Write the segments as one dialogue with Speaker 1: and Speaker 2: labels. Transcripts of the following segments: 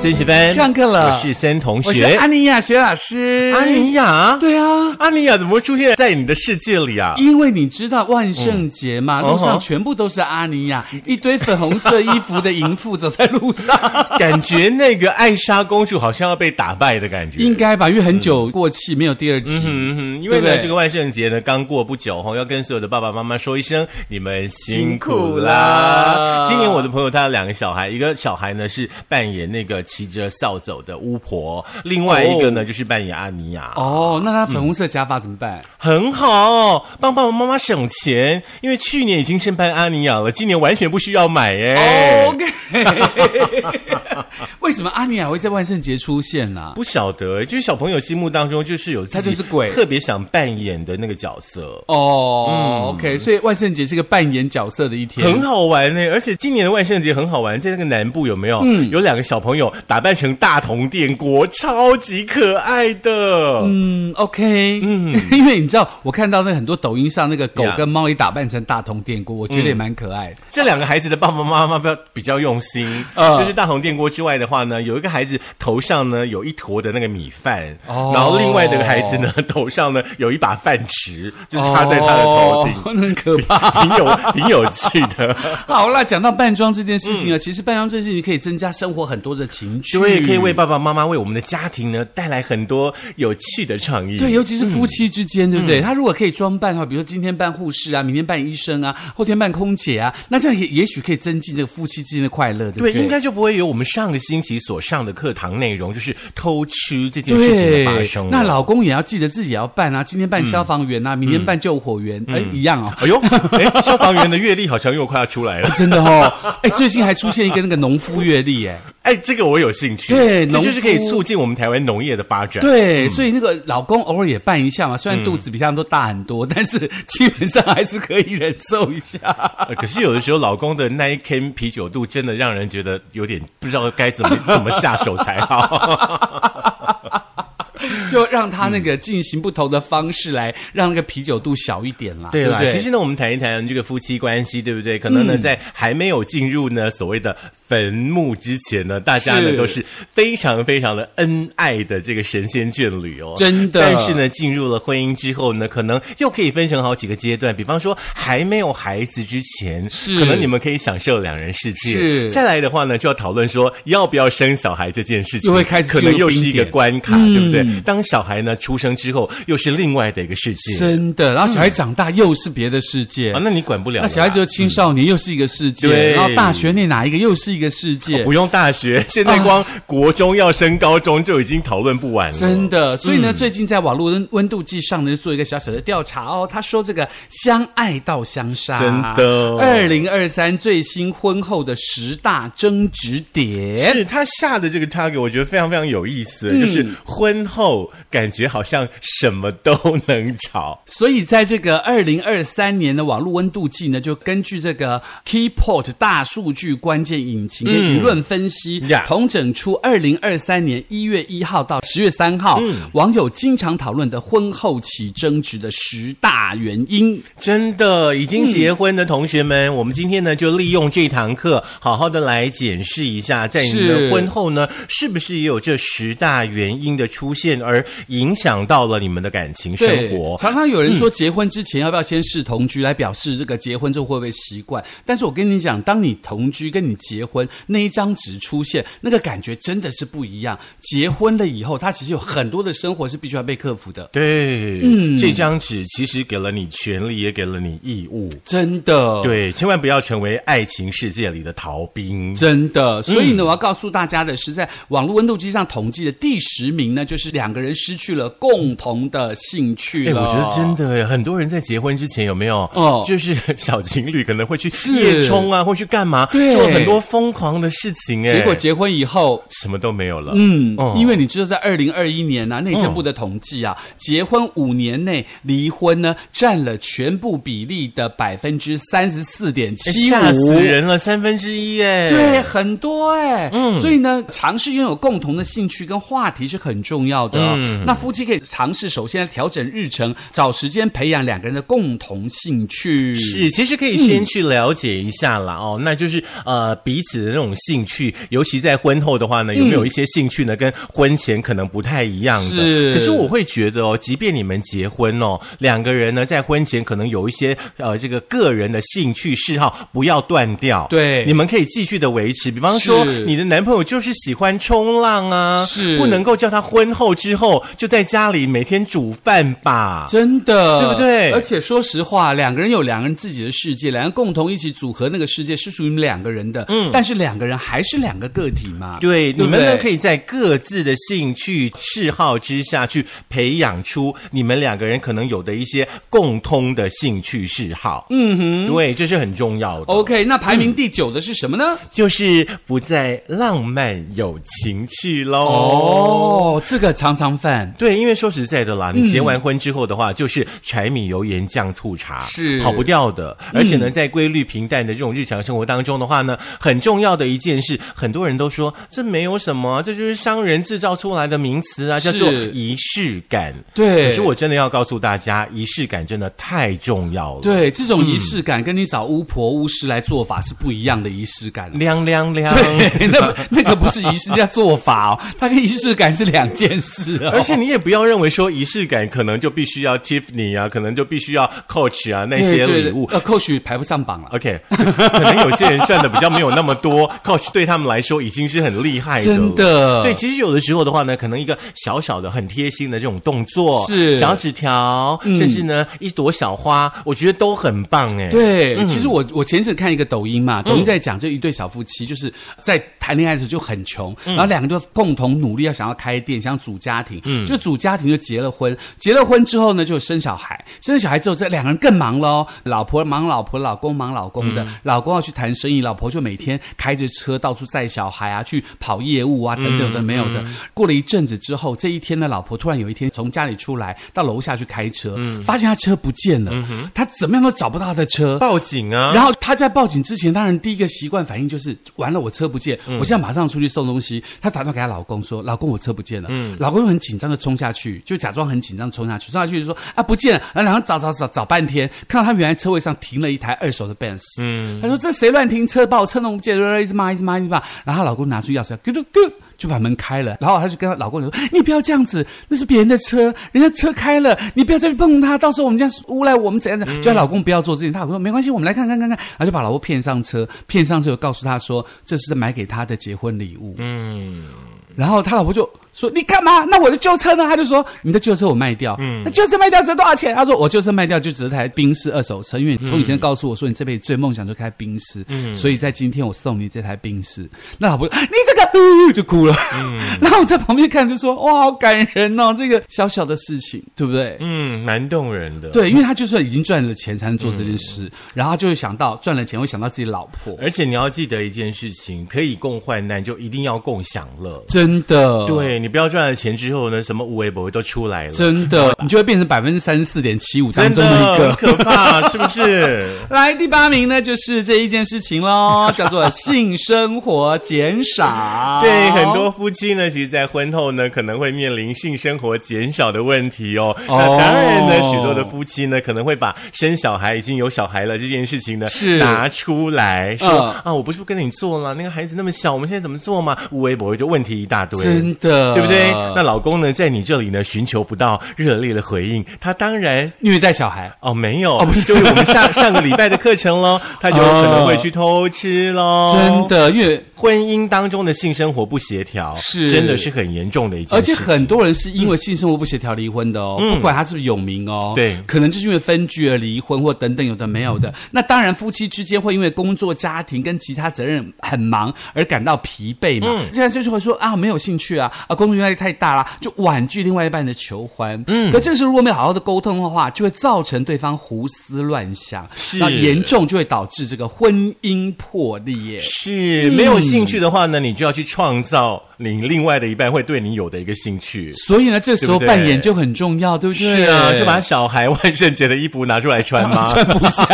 Speaker 1: 森学班
Speaker 2: 上课了
Speaker 1: 我是森同
Speaker 2: 我是
Speaker 1: 学。
Speaker 2: 安妮亚学老师。
Speaker 1: 安妮，亚，
Speaker 2: 对啊，
Speaker 1: 安妮亚怎么会出现在你的世界里 啊？
Speaker 2: 因为你知道万圣节嘛，
Speaker 1: 嗯
Speaker 2: 路
Speaker 1: 哦吼
Speaker 2: 上全部都是阿尼亚，一堆粉红色衣服的淫妇走在 路上。
Speaker 1: 感觉那个艾莎公主好像要被打败的感觉。
Speaker 2: 应该吧，因为很久过气，没有第二季。
Speaker 1: 嗯哼，因为呢
Speaker 2: 对，不对
Speaker 1: 这个万圣节呢刚过不久哈，要跟所有的爸爸妈妈说一声，你们辛苦
Speaker 2: 辛苦
Speaker 1: 啦
Speaker 2: 啦。
Speaker 1: 今年我的朋友他有两个小孩，一个小孩呢是扮演那个骑着扫帚的巫婆，另外一个呢、就是扮演阿尼亚。
Speaker 2: 哦，那他粉红色假发怎么办？
Speaker 1: 很好，帮爸爸妈妈省钱，因为去年已经申办阿尼亚了，今年完全不需要买耶。
Speaker 2: 哦 OK，为什么阿尼亚会在万圣节出现啊呢、
Speaker 1: 不晓得，就是小朋友心目当中就是有自
Speaker 2: 他就
Speaker 1: 己
Speaker 2: 是鬼
Speaker 1: 特别想扮演的那个角色。
Speaker 2: 哦、o k 所以万圣节是个扮演角色的一天。
Speaker 1: 嗯很好玩呢、而且今年的万圣节很好玩，在那个南部有没有？嗯，有两个小朋友打扮成大同电锅，超级可爱的。嗯，
Speaker 2: 嗯，OK，嗯， 因为你知道，我看到那很多抖音上那个狗
Speaker 1: Yeah
Speaker 2: 跟猫也打扮成大同电锅，我觉得也蛮可爱的。
Speaker 1: 这两个孩子的爸爸妈妈比较比较用心，
Speaker 2: 嗯
Speaker 1: 就是大同电锅之外的话呢，有一个孩子头上呢有一坨的那个米饭，
Speaker 2: 哦
Speaker 1: 然后另外的孩子呢头上呢有一把饭
Speaker 2: 哦
Speaker 1: 匙，就嗯插在他的头 顶。
Speaker 2: 哦、那很可 怕。
Speaker 1: 挺有挺有趣 的，
Speaker 2: 好啦，讲到扮装这件事情啊，其实扮装这件事情可以增加生活很多的情趣，
Speaker 1: 嗯对，可以为爸爸妈妈为我们的家庭呢带来很多有趣的创意。
Speaker 2: 对，尤其是夫妻之间，对不
Speaker 1: 嗯
Speaker 2: 对？他如果可以装扮的话，比如说今天扮护士啊，明天扮医生啊，后天扮空姐啊，那这样也也许可以增进这个夫妻之间的快乐，对不
Speaker 1: 对，
Speaker 2: 对？
Speaker 1: 应该就不会有我们上个星期所上的课堂内容，就是偷吃这件事情的发生了。嗯
Speaker 2: 那老公也要记得自己也要扮啊，今天扮消防员啊，明天扮救火员，哎、一样哦。。
Speaker 1: 哎呦，哎，消防员的阅历好像又快要出来了
Speaker 2: 真的哦，哎，最近还出现一个那个农夫阅历，哎，
Speaker 1: 哎，这个我有兴趣。
Speaker 2: 对
Speaker 1: 这
Speaker 2: 农
Speaker 1: 就是可以
Speaker 2: 夫
Speaker 1: 促进我们台湾农业的发展。
Speaker 2: 对，所以那个老公偶尔也扮一下嘛，虽然肚子比他们都大很多，但是基本上还是可以忍受一下。
Speaker 1: 呃可是有的时候，老公的那一 can 啤酒肚真的让人觉得有点不知道该 怎么怎么下手才好。
Speaker 2: 就让他那个
Speaker 1: 嗯
Speaker 2: 进行不同的方式来让那个啤酒肚小一点啦。
Speaker 1: 对
Speaker 2: 不
Speaker 1: 啦，
Speaker 2: 对嗯
Speaker 1: 其实呢，我们谈一谈这个夫妻关系，对不对？可能呢，在还没有进入呢所谓的坟墓之前呢，大家呢
Speaker 2: 是
Speaker 1: 都是非常非常的恩爱的这个神仙眷侣哦，
Speaker 2: 真的
Speaker 1: 但是呢，进入了婚姻之后呢，可能又可以分成好几个阶段，比方说还没有孩子之前，
Speaker 2: 是
Speaker 1: 可能你们可以享受两人世界，
Speaker 2: 是
Speaker 1: 再来的话呢，就要讨论说要不要生小孩这件事情，
Speaker 2: 又会开始
Speaker 1: 可能
Speaker 2: 进入
Speaker 1: 又是一
Speaker 2: 冰
Speaker 1: 个
Speaker 2: 点嗯
Speaker 1: 关卡，对不对？当小孩呢出生之后，又是另外的一个世界。
Speaker 2: 真的，然后小孩长大又是别的世界
Speaker 1: 啊，。那你管不了了
Speaker 2: 那
Speaker 1: 啦。
Speaker 2: 小孩子的青少年又是一个世
Speaker 1: 对
Speaker 2: 界，然后大学那哪一个又是一个世界
Speaker 1: 哦不，用大
Speaker 2: 哦
Speaker 1: 学，现在光国中要升高中就已经讨论不完了。
Speaker 2: 真的，所
Speaker 1: 嗯
Speaker 2: 以呢，最近在网络温温度计上呢，就做一个小小的调查哦。他说这个相爱到相杀，
Speaker 1: 真的
Speaker 2: 二零二三最新婚后的十大争执点，
Speaker 1: 是他下的这个 target，我觉得非常非常有意思，
Speaker 2: 嗯
Speaker 1: 就是婚后感觉好像什么都能吵。
Speaker 2: 所以在这个二零二三年的网络温度计呢，就根据这个 Keyport 大数据关键引擎的舆论分析，
Speaker 1: 嗯呀
Speaker 2: 统整出二零二三年一月一号到十月三号、
Speaker 1: 嗯
Speaker 2: 网友经常讨论的婚后起争执的十大原因。
Speaker 1: 真的，已经结婚的同学们，我们今天呢就利用这堂课，好好的来检视一下，在你的
Speaker 2: 是
Speaker 1: 婚后呢，是不是也有这十大原因的出现，而影响到了你们的感情生
Speaker 2: 对，
Speaker 1: 活？嗯
Speaker 2: 常常有人说结婚之前要不要先试同居来表示这个结婚之后会不会习惯？但是我跟你讲，当你同居跟你结婚那一张纸出现，那个感觉真的是不一样。结婚了以后，它其实有很多的生活是必须要被克服的。
Speaker 1: 对，嗯，这张纸其实给了你权利，也给了你义务。
Speaker 2: 真的，，
Speaker 1: 对，千万不要成为爱情世界里的逃兵。
Speaker 2: 真
Speaker 1: 嗯
Speaker 2: 的。所以呢，我要告诉大家的是，在网络温度计上统计的第十名呢，就是两个人失去了共同的兴趣
Speaker 1: 哎，我
Speaker 2: 了。
Speaker 1: 觉得真的哎，很多人在结婚之前有没有？
Speaker 2: 哦
Speaker 1: 就是小情侣可能会去夜冲啊，会去干嘛？
Speaker 2: 对
Speaker 1: 做很多疯狂的事情哎，
Speaker 2: 结果结婚以后，
Speaker 1: 什么都没有了。
Speaker 2: 嗯，
Speaker 1: 哦
Speaker 2: 因为你知道，在二零二一年呢、啊内政部的统计啊，结婚五年内离婚呢，占了全部比例的百分之三十四点
Speaker 1: 哎
Speaker 2: 七
Speaker 1: 吓死
Speaker 2: 五。
Speaker 1: 人了，三分之一哎。
Speaker 2: 对，很多哎、嗯，所以呢，尝试拥有共同的兴趣跟话题是很重要的。啊、那夫妻可以尝试首先调整日程，找时间培养两个人的共同兴趣。
Speaker 1: 是，其实可以
Speaker 2: 嗯
Speaker 1: 先去了解一下啦，哦，那就是呃彼此的那种兴趣，尤其在婚后的话
Speaker 2: 嗯
Speaker 1: 呢，有没有一些兴趣呢，跟婚前可能不太一样的？
Speaker 2: 是
Speaker 1: 可是我会觉得哦，即便你们结婚哦，两个人呢在婚前可能有一些呃这个个人的兴趣嗜好，不要断掉。
Speaker 2: 对
Speaker 1: 你们可以继续的维持。比方说，
Speaker 2: 是
Speaker 1: 你的男朋友就是喜欢冲浪啊，
Speaker 2: 是
Speaker 1: 不能够叫他婚后之后就在家里每天煮饭吧。
Speaker 2: 真的，
Speaker 1: 对不对
Speaker 2: 而且说实话，两个人有两个人自己的世界，两个人共同一起组合那个世界是属于你们两个人的，嗯，但是两个人还是两个个体嘛，
Speaker 1: 对，你
Speaker 2: 不
Speaker 1: 们呢
Speaker 2: 对
Speaker 1: 可以在各自的兴趣嗜好之下去培养出你们两个人可能有的一些共通的兴趣嗜好。嗯哼，对，这是很重要的。
Speaker 2: OK，那排名第九的是什么呢？
Speaker 1: 嗯就是不再浪漫有情趣喽。
Speaker 2: 哦，这个常常犯。
Speaker 1: 对，因为说实在的
Speaker 2: 嗯
Speaker 1: 啦，你结完婚之后的话，就是柴米油盐酱醋茶，
Speaker 2: 是
Speaker 1: 跑不掉的。而且呢，在规律平淡的这种日常生活当中的话呢，很重要的一件事，很多人都说这没有什么，这就是商人制造出来的名词啊，叫做
Speaker 2: 是
Speaker 1: 仪式感。
Speaker 2: 对
Speaker 1: 可是我真的要告诉大家，仪式感真的太重要了。，
Speaker 2: 对，这种仪式感跟你找巫婆、巫师来做法是不一样的仪式感。
Speaker 1: 亮亮亮。
Speaker 2: 对，那那个不是仪式，叫做法哦，它跟仪式感是两件事哦。
Speaker 1: 而且你也不要认为说仪式感可能就必须要 Tiffany 啊，可能就必须要 Coach 啊那些礼物
Speaker 2: 对对，呃，或许排不上榜了。
Speaker 1: OK，可能有些人赚的比较没有那么多 ，coach 对他们来说已经是很厉害的了。
Speaker 2: 真的
Speaker 1: 哎对，其实有的时候的话呢，可能一个小小的、很贴心的这种动作，
Speaker 2: 是嗯
Speaker 1: 小纸条，甚至呢一朵小花，我觉得都很棒哎。，
Speaker 2: 对，其实我我前一阵看一个抖音嘛，抖音在讲这一对小夫妻，就是在谈恋爱的时候就很穷，然后两个就共同努力要想要开店，想要组家庭，就组家庭就结了婚，结了婚之后呢就有生小孩，生了小孩之后这两个人更忙喽，老婆忙老婆，老公忙老公的，老公要去谈生意，老婆就每天开着车到处载小孩啊，去跑业务啊，等等的没有的。过了一阵子之后，这一天呢，老婆突然有一天从家里出来，到楼下去开车，发现他车不见了，他怎么样都找不到他的车。
Speaker 1: 报警啊！
Speaker 2: 然后他在报警之前，当然第一个习惯反应就是完了，我车不见，我现在马上出去送东西。她打电话给她老公说：“老公，我车不见了。”老公就很紧张的冲下去，就假装很紧张冲下去，冲下去就说：“啊，不见了！”然后找找找找半天，看到他原来车位上停了一台二手的 Benz。嗯，他说：“这谁乱停车，把我车弄不见了，一直骂，一直骂，一直骂。”然后她老公拿出钥匙，咕嘟咕。就把门开了，然后她就跟她老公讲说：“你不要这样子，那是别人的车，人家车开了，你不要再去碰它，到时候我们这样诬赖我们怎样怎样。就她老公不要做这件事，她老公说：“没关系，我们来看看看看。”然后就把老婆骗上车，骗上车又告诉她说：“这是买给她的结婚礼物。”嗯，然后她老婆就说：“你干嘛？那我的旧车呢？”她就说：“你的旧车我卖掉，嗯，那旧车卖掉值多少钱？”她说：“我旧车卖掉就值台宾士二手车，因为你从以前告诉我说你这辈子最梦想就开宾士，嗯，所以在今天我送你这台宾士。”那老婆就你这个。呜就哭了。嗯然后我在旁边看就说：“哇，好感人哦，这个小小的事情，对不对？”
Speaker 1: 嗯，蛮动人的。。
Speaker 2: 对，因为他就算已经赚了钱才能做这件事，然后他就会想到赚了钱会想到自己老婆，
Speaker 1: 而且你要记得一件事情，可以共患难，就一定要共享乐。
Speaker 2: 真的，，
Speaker 1: 对你不要赚了钱之后呢，什么无为博都出来了，
Speaker 2: 真的，你就会变成百分之三十四点七五当
Speaker 1: 真
Speaker 2: 中
Speaker 1: 的
Speaker 2: 的一
Speaker 1: 很
Speaker 2: 个。
Speaker 1: 可怕，是不是？
Speaker 2: 来第八名呢，就是这一件事情 喽，叫做性生活减少。
Speaker 1: 对，很多夫妻呢，其实，在婚后呢，可能会面临性生活减少的问题哦。那
Speaker 2: 哦
Speaker 1: 当然呢，许多的夫妻呢，可能会把生小孩已经有小孩了这件事情呢，
Speaker 2: 是
Speaker 1: 拿出来说、
Speaker 2: 嗯
Speaker 1: 啊，我不是跟你做了，那个孩子那么小，我们现在怎么做嘛？无微博就问题一大堆，
Speaker 2: 真的，
Speaker 1: 对不对？那老公呢，在你这里呢，寻求不到热烈的回应，他当然。
Speaker 2: 虐待小孩。
Speaker 1: 哦，没有，不是，就是我们上上个礼拜的课程 喽，他有可能会去偷吃喽，
Speaker 2: 哦真的，因为
Speaker 1: 婚姻当中的性生活不协调，
Speaker 2: 是
Speaker 1: 真的是很严重的一件
Speaker 2: 而
Speaker 1: 事情。
Speaker 2: 且很多人是因为性生活不协调离婚的哦，不管他是不是有名哦，
Speaker 1: 嗯对嗯
Speaker 2: 可能就是因为分居而离婚或等等有的没有的。那当然，夫妻之间会因为工作、家庭跟其他责任很忙而感到疲惫嘛。
Speaker 1: 嗯
Speaker 2: 现在就是会说啊，没有兴趣啊，啊，工作压力太大啦，就婉拒另外一半的求欢。嗯，可这个时候如果没有好好的沟通的话，就会造成对方胡思乱想，
Speaker 1: 是
Speaker 2: 那严重就会导致这个婚姻破裂。
Speaker 1: 是没有兴趣的话呢，你就要去创造你另外的一半会对你有的一个兴趣。
Speaker 2: 所以呢，这时候
Speaker 1: 对不啊对
Speaker 2: 扮演就很重要，对不对？
Speaker 1: 是啊，就把小孩万圣节的衣服拿出来穿吗？
Speaker 2: 穿不下。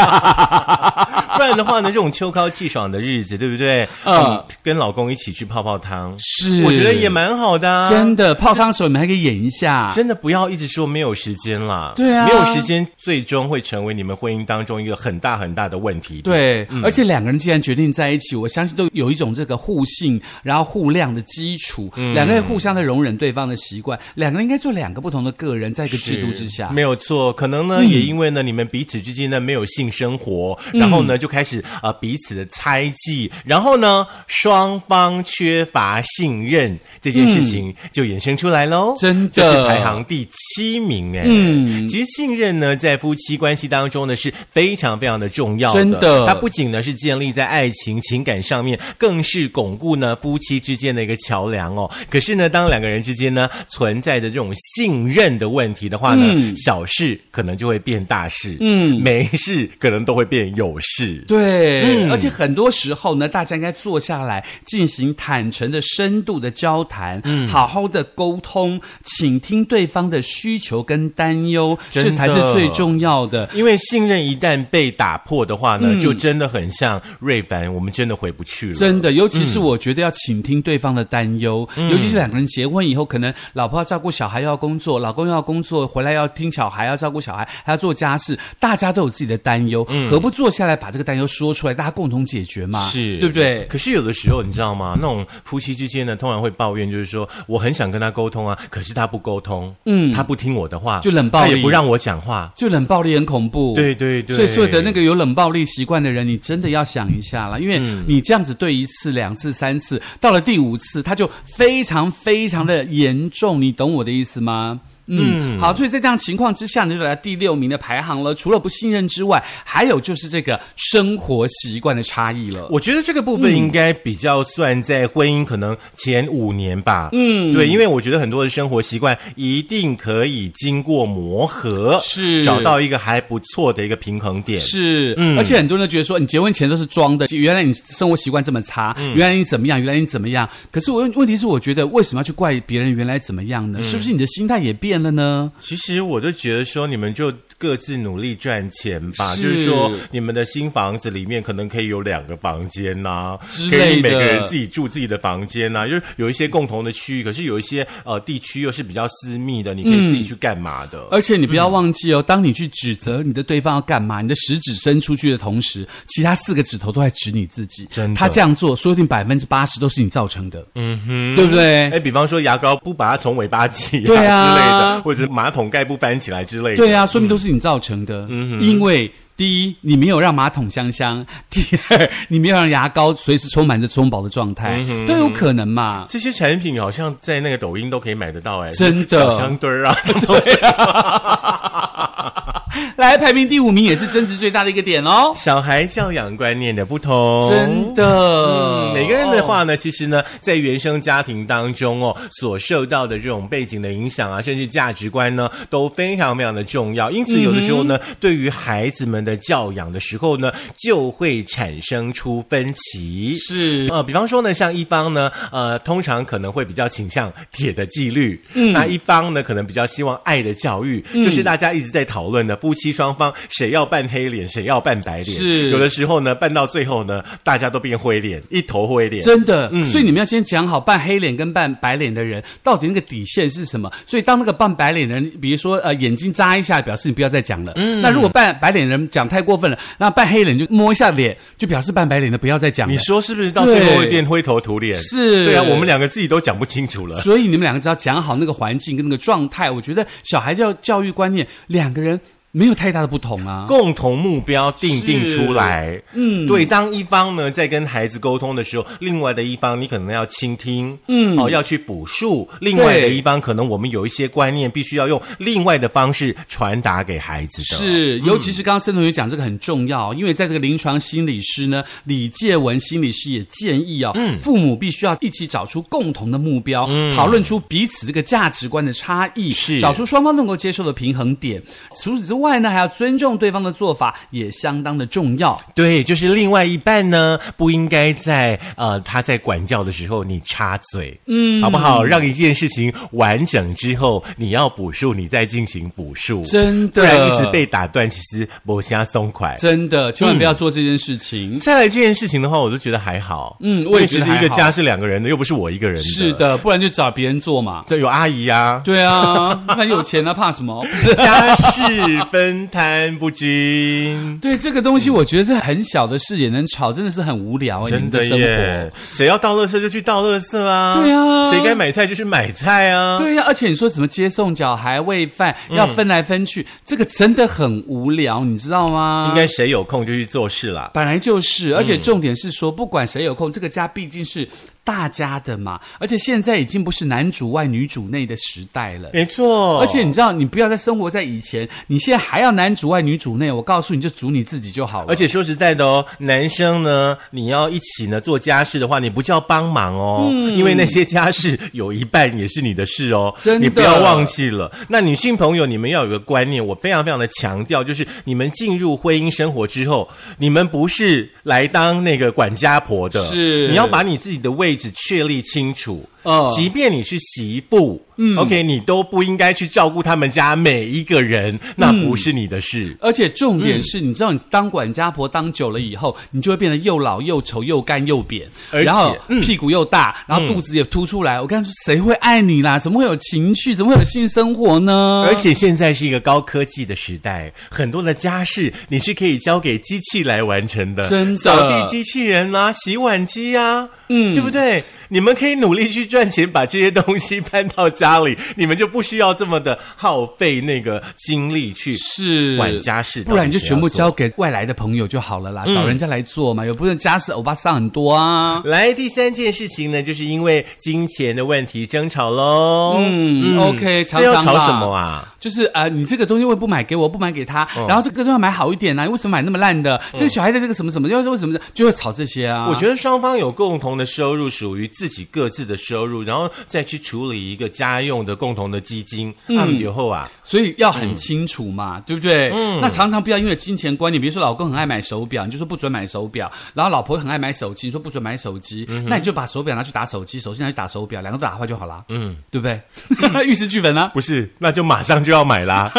Speaker 1: 不然的话呢，这种秋高气爽的日子，对不对？嗯
Speaker 2: 嗯，
Speaker 1: 跟老公一起去泡泡汤，
Speaker 2: 是
Speaker 1: 我觉得也蛮好的、啊，
Speaker 2: 真的泡汤的时候，你们还可以演一下。
Speaker 1: 真的不要一直说没有时间啦，
Speaker 2: 对啊
Speaker 1: 没有时间最终会成为你们婚姻当中一个很大很大的问题。，
Speaker 2: 对，而且两个人既然决定在一起，我相信都有一种这个互信，然后互谅的基础，
Speaker 1: 嗯
Speaker 2: 两个人互相的容忍对方的习惯，两个人应该做两个不同的个人，在一个制度之下。嗯
Speaker 1: 没有错。可能呢，也因为呢，你们彼此之间呢没有性生活，然后呢就开始啊、呃彼此的猜忌，然后呢双方缺乏信任这件事情就衍生出来喽。
Speaker 2: 嗯真的
Speaker 1: 这是排行第七名哎。嗯，其实信任呢，在夫妻关系当中呢是非常非常的重要的，
Speaker 2: 真的
Speaker 1: 它不仅呢是建立在爱情情感上面，更是巩固呢夫妻之间的一个桥梁哦。可是呢，当两个人之间呢存在的这种信任的问题的话呢，小事可能就会变大事，嗯，没事可能都会变有事。嗯
Speaker 2: 对，而且很多时候呢，大家应该坐下来进行坦诚的、深度的交谈，
Speaker 1: 嗯
Speaker 2: 好好的沟通，倾听对方的需求跟担忧，
Speaker 1: 真的
Speaker 2: 这才是最重要的。
Speaker 1: 因为信任一旦被打破的话呢，就真的很像瑞凡，我们真的回不去了。嗯
Speaker 2: 真的，尤其是我觉得要倾听对方的担忧，尤其是两个人结婚以后，可能老婆要照顾小孩，又要工作，老公又要工作，回来要听小孩，要照顾小孩，还要做家事，大家都有自己的担忧，
Speaker 1: 嗯
Speaker 2: 何不坐下来把这个担忧说出来，大家共同解决嘛？
Speaker 1: 是，
Speaker 2: 对不对？
Speaker 1: 可是有的时候，你知道吗？那种夫妻之间呢，通常会抱怨，就是说我很想跟他沟通啊，可是他不沟通，嗯，他不听我的话，
Speaker 2: 就冷暴力
Speaker 1: 他也不让我讲话。
Speaker 2: 就冷暴力很恐怖，
Speaker 1: 对对对
Speaker 2: 所以所有的那个有冷暴力习惯的人，你真的要想一下啦，因为
Speaker 1: 嗯
Speaker 2: 你这样子对一次、两次、三次，到了第五次，他就非常非常的严重，你懂我的意思吗？嗯，好，所以在这样情况之下，你就来到第六名的排行了。除了不信任之外，还有就是这个生活习惯的差异了。
Speaker 1: 我觉得这个部
Speaker 2: 嗯
Speaker 1: 分应该比较算在婚姻可能前五年吧。嗯，对，因为我觉得很多的生活习惯一定可以经过磨合，
Speaker 2: 是
Speaker 1: 找到一个还不错的一个平衡点。
Speaker 2: 是，而且很多人都觉得说，你结婚前都是装的，原来你生活习惯这么差，原来你怎么样，原来你怎么样。可是我问问题是，我觉得为什么要去怪别人原来怎么样呢？是不是你的心态也变了呢？
Speaker 1: 其实我就觉得说，你们就各自努力赚钱吧。
Speaker 2: 是
Speaker 1: 就是说，你们的新房子里面可能可以有两个房间呐、
Speaker 2: 之
Speaker 1: 可以
Speaker 2: 类的
Speaker 1: 每个人自己住自己的房间呐、就是有一些共同的区域，可是有一些呃地区又是比较私密的，你可以自己去干嘛的。
Speaker 2: 而且你不要忘记哦，当你去指责你的对方要干嘛，你的食指伸出去的同时，其他四个指头都在指你自己。
Speaker 1: 真的
Speaker 2: 他这样做，说不定百分之八十都是你造成的。嗯哼，对不对？
Speaker 1: 哎，比方说牙膏不把它从尾巴挤、啊、
Speaker 2: 对啊
Speaker 1: 之类的，或者马桶盖不翻起来之类的。嗯
Speaker 2: 对啊，说明都是你造成的。因为第一，你没有让马桶香香； 第二，你没有让牙膏随时充满着充饱的状态，
Speaker 1: 嗯
Speaker 2: 都有可能嘛。
Speaker 1: 这些产品好像在那个抖音都可以买得到哎，
Speaker 2: 真的
Speaker 1: 小香墩儿啊，什么
Speaker 2: 来，排名第五名也是争执最大的一个点哦。
Speaker 1: 小孩教养观念的不同，
Speaker 2: 真的，
Speaker 1: 哦嗯每个人
Speaker 2: 哦
Speaker 1: 的话呢，其实呢，在原生家庭当中哦，所受到的这种背景的影响啊，甚至价值观呢，都非常非常的重要。因此，有的时候呢，对于孩子们的教养的时候呢，就会产生出分歧。
Speaker 2: 是
Speaker 1: 呃，比方说呢，像一方呢，呃，通常可能会比较倾向铁的纪律，嗯，那一方呢，可能比较希望爱的教育，
Speaker 2: 嗯
Speaker 1: 就是大家一直在讨论的，夫妻双方谁要扮黑脸，谁要扮白脸，
Speaker 2: 是
Speaker 1: 有的时候呢，扮到最后呢，大家都变灰脸，一头灰脸。
Speaker 2: 真的，
Speaker 1: 嗯
Speaker 2: 所以你们要先讲好扮黑脸跟扮白脸的人到底那个底线是什么。所以当那个扮白脸的人，比如说呃眼睛眨一下，表示你不要再讲了。
Speaker 1: 嗯
Speaker 2: 那如果扮白脸人讲太过分了，那扮黑脸就摸一下脸，就表示扮白脸的不要再讲了
Speaker 1: 你。说是不是到最后会变灰头土脸？
Speaker 2: 是
Speaker 1: 对啊，我们两个自己都讲不清楚了。
Speaker 2: 所以你们两个只要讲好那个环境跟那个状态，我觉得小孩教教育观念，两个人没有太大的不同啊。
Speaker 1: 共同目标定定出来。嗯，对，当一方呢在跟孩子沟通的时候，另外的一方你可能要倾听，嗯，哦，要去补述；另外的一方可能我们有一些观念必须要用另外的方式传达给孩子的。。
Speaker 2: 是，尤其是刚刚森同学讲这个很重要，因为在这个临床心理师呢，李介文心理师也建议哦，
Speaker 1: 嗯
Speaker 2: 父母必须要一起找出共同的目标，讨论出彼此这个价值观的差异，
Speaker 1: 是
Speaker 2: 找出双方能够接受的平衡点。除此之外。外呢，还要尊重对方的做法，也相当的重要。
Speaker 1: 对，就是另外一半呢，不应该在呃他在管教的时候你插嘴，嗯，好不好？让一件事情完整之后，你要补述，你再进行补述，
Speaker 2: 真
Speaker 1: 不
Speaker 2: 的
Speaker 1: 然一直被打断，其实某瞎松快。
Speaker 2: 真的，千万不要做这件事情。
Speaker 1: 再来这件事情嗯的话，我就觉得还好，
Speaker 2: 嗯我也觉
Speaker 1: 其
Speaker 2: 得
Speaker 1: 实一个
Speaker 2: 还好
Speaker 1: 家是两个人的，又不是我一个人的，
Speaker 2: 是，的，不然就找别人做嘛。
Speaker 1: 这有阿姨呀、
Speaker 2: 对啊，那有钱啊，怕什 么？
Speaker 1: 家事分摊不 均。
Speaker 2: 对这个东西，我觉得这很小的事也能吵，真的是很无聊、欸。你
Speaker 1: 真
Speaker 2: 们的
Speaker 1: 的
Speaker 2: 生活
Speaker 1: 耶。，谁要倒垃圾就去倒垃圾啊！
Speaker 2: 对啊
Speaker 1: 谁该买菜就去买菜啊！
Speaker 2: 对呀、而且你说什么接送小孩、喂饭，
Speaker 1: 嗯
Speaker 2: 要分来分去，这个真的很无聊，你知道吗？
Speaker 1: 应该嗯谁有空就去做事啦。
Speaker 2: 本来就是，而且重点是说，不管谁有空，这个家毕竟是大家的嘛。而且现在已经不是男主外女主内的时代了。
Speaker 1: 没错，
Speaker 2: 而且你知道，你不要再生活在以前，你现在还要男主外女主内。我告诉你，就主你自己就好了。
Speaker 1: 而且说实在的哦，男生呢，你要一起呢做家事的话，你不叫帮忙哦，
Speaker 2: 嗯
Speaker 1: 因为那些家事有一半也是你的事哦，
Speaker 2: 真的
Speaker 1: 你不要忘记了。那女性朋友，你们要有个观念，我非常非常的强调，就是你们进入婚姻生活之后，你们不是来当那个管家婆的，
Speaker 2: 是
Speaker 1: 你要把你自己的位置确立清楚。
Speaker 2: 嗯
Speaker 1: 即便你是媳妇，嗯，OK，你都不应该去照顾他们家每一个人，那
Speaker 2: 嗯
Speaker 1: 不是你的事。
Speaker 2: 而且重
Speaker 1: 嗯
Speaker 2: 点是，你知道，你当管家婆当久了以后，你就会变得又老又丑又干又扁，
Speaker 1: 而且嗯
Speaker 2: 然后屁股又大，然后肚子也凸出来。我跟你说，谁会爱你啦？怎么会有情趣？怎么会有性生活呢？
Speaker 1: 而且现在是一个高科技的时代，很多的家事你是可以交给机器来完成的，
Speaker 2: 真的
Speaker 1: 扫地机器人啦、洗碗机啊，嗯，对不对？你们可以努力去赚钱，把这些东西搬到家里，你们就不需要这么的耗费那个精力去
Speaker 2: 是
Speaker 1: 管家嗯事，
Speaker 2: 不然你就全部
Speaker 1: 到底谁要
Speaker 2: 交
Speaker 1: 做。
Speaker 2: 给外来的朋友就好了啦，找人家来做嘛。有不能家事哦欧巴桑很多啊。
Speaker 1: 来，第三件事情呢，就是因为金钱的问题争吵喽。
Speaker 2: 嗯，OK，常
Speaker 1: 这要
Speaker 2: 常
Speaker 1: 吵
Speaker 2: 啦
Speaker 1: 什么啊？哦
Speaker 2: 就是呃，你这个东西为不买给我，不买给他，然后这个东西要买好一点啊，你为什么买那么烂的？这个小孩的这个什么什么，又是为什么就会吵这些啊？
Speaker 1: 我觉得双方有共同的收入，属于自己各自的收入，然后再去处理一个家用的共同的基金。他们以后啊，
Speaker 2: 所以要很清楚嘛，对不对？嗯，那常常不要因为金钱观念，比如说老公很爱买手表，你就说不准买手表；然后老婆很爱买手机，你说不准买手机，
Speaker 1: 嗯
Speaker 2: 那你就把手表拿去打手机，手机拿去打手表，两个都打坏就好啦。嗯，对不
Speaker 1: 嗯
Speaker 2: 对？玉石俱焚啊！
Speaker 1: 不是，那就马上就要买啦。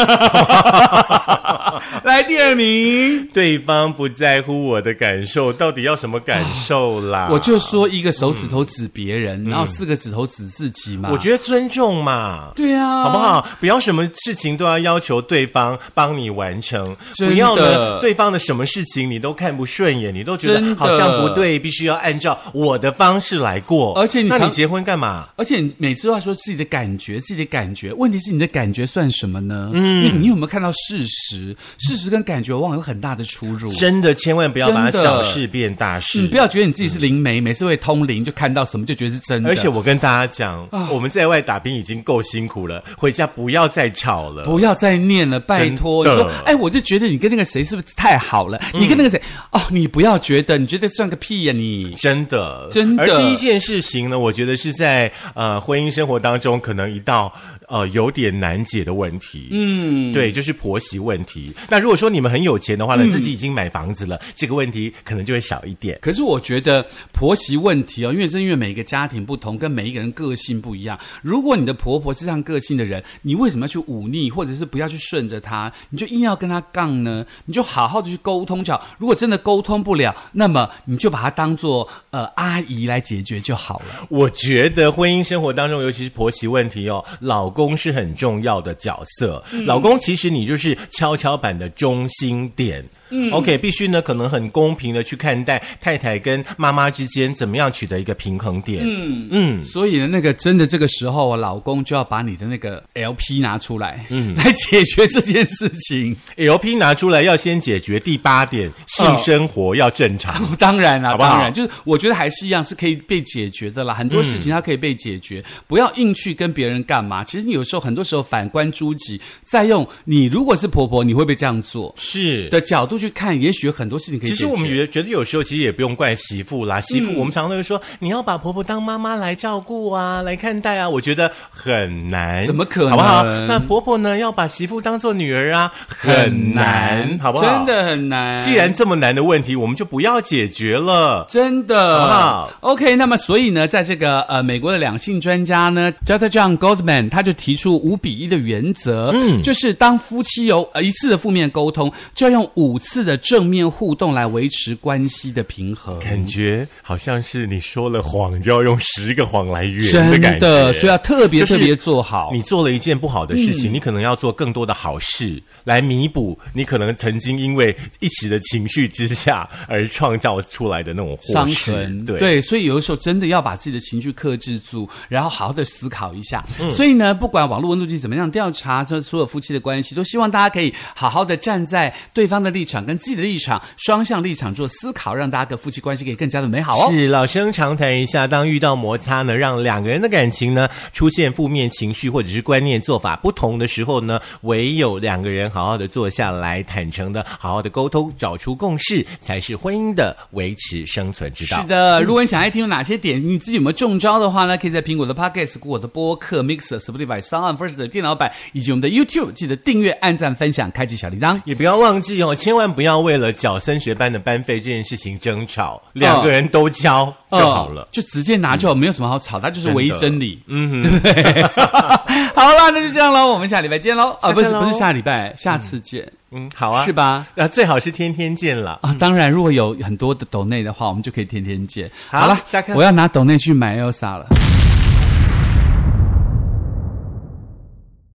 Speaker 2: 来第二名，
Speaker 1: 对方不在乎我的感受，到底要什么感受啦？
Speaker 2: 我就说一个手指头指别人，然后四个指头指自己嘛。
Speaker 1: 嗯我觉得尊重嘛。
Speaker 2: 对啊，
Speaker 1: 啊好不？好？不要什么事情都要要求对方帮你完成，
Speaker 2: 真
Speaker 1: 不
Speaker 2: 的
Speaker 1: 要呢对方的什么事情你都看不顺眼，你都觉
Speaker 2: 真
Speaker 1: 得
Speaker 2: 的
Speaker 1: 好像不对，必须要按照我的方式来过。
Speaker 2: 而且你
Speaker 1: 那你
Speaker 2: 常
Speaker 1: 结婚干嘛？
Speaker 2: 而且你每次都要说自己的感觉，自己的感觉。问题是你的感觉算什么呢？嗯，你你有没有看到事实？事实跟感觉往往有很大的出入。
Speaker 1: 真的千万不要把
Speaker 2: 真的
Speaker 1: 小事变大事。
Speaker 2: 嗯你不要觉得你自己是灵媒，每次会通灵就看到什么就觉得是真
Speaker 1: 嗯
Speaker 2: 的。
Speaker 1: 而且我跟大家讲，
Speaker 2: 啊
Speaker 1: 我们在外打拼已经够辛苦了，回家不要再吵了。
Speaker 2: 不要再念了，拜托！你
Speaker 1: 真的嗯
Speaker 2: 说，哎，我就觉得你跟那个谁是不是太好了？你跟那个谁，哦，你不要觉得，你觉得算个屁呀、你！
Speaker 1: 真的，
Speaker 2: 真的
Speaker 1: 而第一件事情呢，我觉得是在呃婚姻生活当中，可能一道呃有点难解的问题。嗯，对，就是婆媳问题。那如果说你们很有钱的话呢，
Speaker 2: 嗯
Speaker 1: 自己已经买房子了，这个问题可能就会少一点。
Speaker 2: 可是我觉得婆媳问题哦，因为正因为每个家庭不同，跟每一个人个性不一样。如果你的婆婆是这样个性的人，你为什么要去忤逆，或者是不要去顺着她？你就硬要跟她杠呢？你就好好的去沟通就好。如果真的沟通不了，那么你就把她当做呃阿姨来解决就好了。
Speaker 1: 我觉得婚姻生活当中，尤其是婆媳问题哦，老公是很重要的角色。老公其实你就是跷跷板的中心点。嗯，OK，必须呢，可能很公平的去看待太太跟妈妈之间怎么样取得一个平衡点。嗯嗯，
Speaker 2: 所以呢，那个真的这个时候啊，老公就要把你的那个 LP 拿出来，嗯， 来解决这件事 情。
Speaker 1: LP 拿出来要先解决第八点，性生活要正常。
Speaker 2: 哦当然啦，
Speaker 1: 好不好
Speaker 2: 当然，就是我觉得还是一样是可以被解决的啦。很多
Speaker 1: 嗯
Speaker 2: 事情它可以被解决，不要硬去跟别人干嘛。其实你有时候很多时候反观诸己，再用你如果是婆婆，你会不会这样做？
Speaker 1: 是
Speaker 2: 的角度度去看，也许有很多事情可以
Speaker 1: 其
Speaker 2: 解决。嗯
Speaker 1: 实我们也觉得有时候其实也不用怪媳妇啦，媳妇我们常常都会说、你要把婆婆当妈妈来照顾啊，来看待啊，我觉得很难，
Speaker 2: 怎么可能
Speaker 1: 好不好？那婆婆呢，要把媳妇当做女儿啊，很难，好不好？
Speaker 2: 真，的很难。
Speaker 1: 既然这么难的问题，我们就不要解决了。
Speaker 2: 真的
Speaker 1: 好不好
Speaker 2: OK，那么所以呢，在这个呃美国的两性专家呢 j o t John Goldman，他就提出五比一的原则，嗯，就是当夫妻有呃一次的负面沟通，就要用五次的正面互动来维持关系的平衡。
Speaker 1: 感觉好像是你说了谎，就要用十个谎来圆的
Speaker 2: 真
Speaker 1: 感觉，
Speaker 2: 的，所以要特别
Speaker 1: 就是
Speaker 2: 特别做好。嗯
Speaker 1: 你做了一件不好的事情，你可能要做更多的好事来弥补你可能曾经因为一时的情绪之下而创造出来的那种
Speaker 2: 伤
Speaker 1: 祸
Speaker 2: 痕
Speaker 1: 事。，对。
Speaker 2: 所以有的时候真的要把自己的情绪克制住，然后好好的思考一下。
Speaker 1: 嗯
Speaker 2: 所以呢，不管网络温度计怎么样调查，这所有夫妻的关系，都希望大家可以好好的站在对方的立场跟自己的立场双向立场做思考，让大家的夫妻关系可以更加的美好哦。
Speaker 1: 是老生常谈一下，当遇到摩擦呢，让两个人的感情呢出现负面情绪或者是观念做法不同的时候呢，唯有两个人好好的坐下来，坦诚的好好的沟通，找出共识，才是婚姻的维持生存之道。
Speaker 2: 是的，如果你想要听有哪些点，你自己有没有中招的话呢？可以在苹果的 Podcast、我的播客、Mixer、Spotify、Sound On、First 的电脑版以及我们的 YouTube，记得订阅、按赞、分享、开启小铃铛。
Speaker 1: 也不要忘记哦，千万不要为了缴升学班的班费这件事情争
Speaker 2: 哦
Speaker 1: 吵，两个人都交就好了
Speaker 2: 呃。就直接拿就好，没有什么好吵，它就是唯一
Speaker 1: 真的
Speaker 2: 真理。嗯，对。 好啦，那就这样喽，我们下礼拜见喽。啊，
Speaker 1: 下
Speaker 2: 不
Speaker 1: 次
Speaker 2: 是
Speaker 1: 喽
Speaker 2: 不是下礼拜，下次见
Speaker 1: 嗯，好啊，嗯
Speaker 2: 是？吧？
Speaker 1: 啊，最好是天天见啦。
Speaker 2: 啊，当然，如果有很多的抖内的话，我们就可以天天见。
Speaker 1: 好
Speaker 2: 了，
Speaker 1: 下课
Speaker 2: 我要拿抖内去买 Elsa 了。